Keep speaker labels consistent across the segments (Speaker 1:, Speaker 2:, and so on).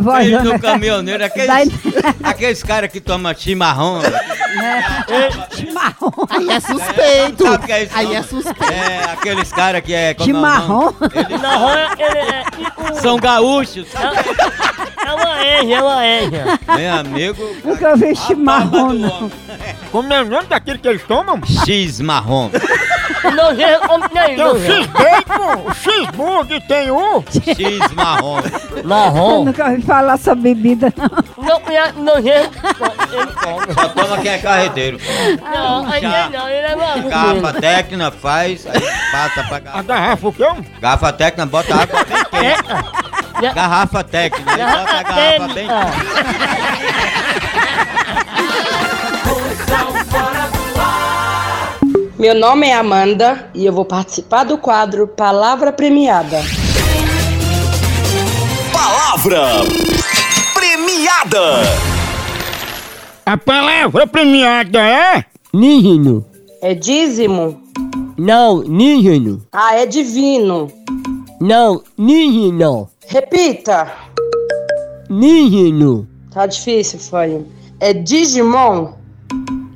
Speaker 1: voz.
Speaker 2: Filho
Speaker 1: né?
Speaker 2: do caminhoneiro, é aqueles,
Speaker 1: Daí-
Speaker 2: aqueles caras que tomam chimarrão. né?
Speaker 1: É. Chimarrão.
Speaker 3: Aí é suspeito.
Speaker 2: Sabe o que é isso?
Speaker 3: Aí
Speaker 2: não?
Speaker 3: é suspeito.
Speaker 2: É, aqueles caras que é. como é o nome?
Speaker 1: Chimarrão.
Speaker 4: Na roia, ele é. e
Speaker 2: São gaúchos.
Speaker 4: o- É uma enja, é uma enja.
Speaker 2: Meu amigo.
Speaker 1: Nunca vi chimarrão,
Speaker 2: do
Speaker 1: não.
Speaker 2: homem.
Speaker 5: Como é o nome daquilo que eles tomam?
Speaker 2: X marrom.
Speaker 4: Não sei como tem,
Speaker 5: Tem é o
Speaker 4: não sei.
Speaker 5: X-Bacon, o X-Burg, tem um? o...
Speaker 2: X marrom.
Speaker 1: Eu
Speaker 5: Marrom.
Speaker 1: Nunca ouvi falar essa bebida, não.
Speaker 4: Não conhece, não sei. Ele toma.
Speaker 2: Só toma quem é carreteiro.
Speaker 4: Não, ainda não, ele é maluco.
Speaker 2: Garrafa técnica, faz, aí passa pra
Speaker 5: A
Speaker 2: garrafa.
Speaker 5: garrafa o quê?
Speaker 2: Garrafa técnica, bota água bem quente. Garrafa técnica, aí bota a garrafa bem quente.
Speaker 6: Meu nome é Amanda e eu vou participar do quadro Palavra Premiada.
Speaker 7: Palavra premiada.
Speaker 5: A palavra premiada é...
Speaker 8: Nígeno.
Speaker 6: É dízimo?
Speaker 8: Não, nígeno.
Speaker 6: Ah, é divino.
Speaker 8: Não, nígeno.
Speaker 6: Repita.
Speaker 8: Nígeno.
Speaker 6: Tá difícil, foi. É Digimon?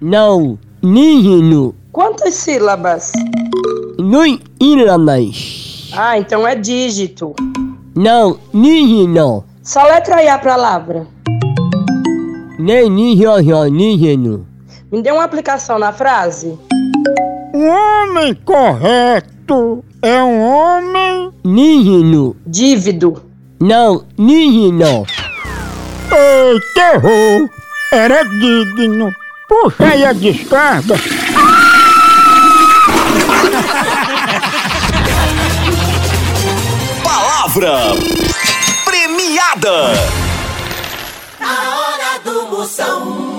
Speaker 8: Não, nígeno.
Speaker 6: Quantas sílabas?
Speaker 8: Nui ilanas.
Speaker 6: Ah, então é dígito.
Speaker 8: Não, nígeno.
Speaker 6: Só letra aí a palavra.
Speaker 8: Nem nígeno, nígeno.
Speaker 6: Me dê uma aplicação na frase.
Speaker 5: O homem correto é um homem...
Speaker 8: Nígeno.
Speaker 6: Dívido.
Speaker 8: Não, nígeno.
Speaker 5: Eita, errou. Era digno. Puxa aí a descarga.
Speaker 7: Palavra premiada.
Speaker 9: A hora do Moção.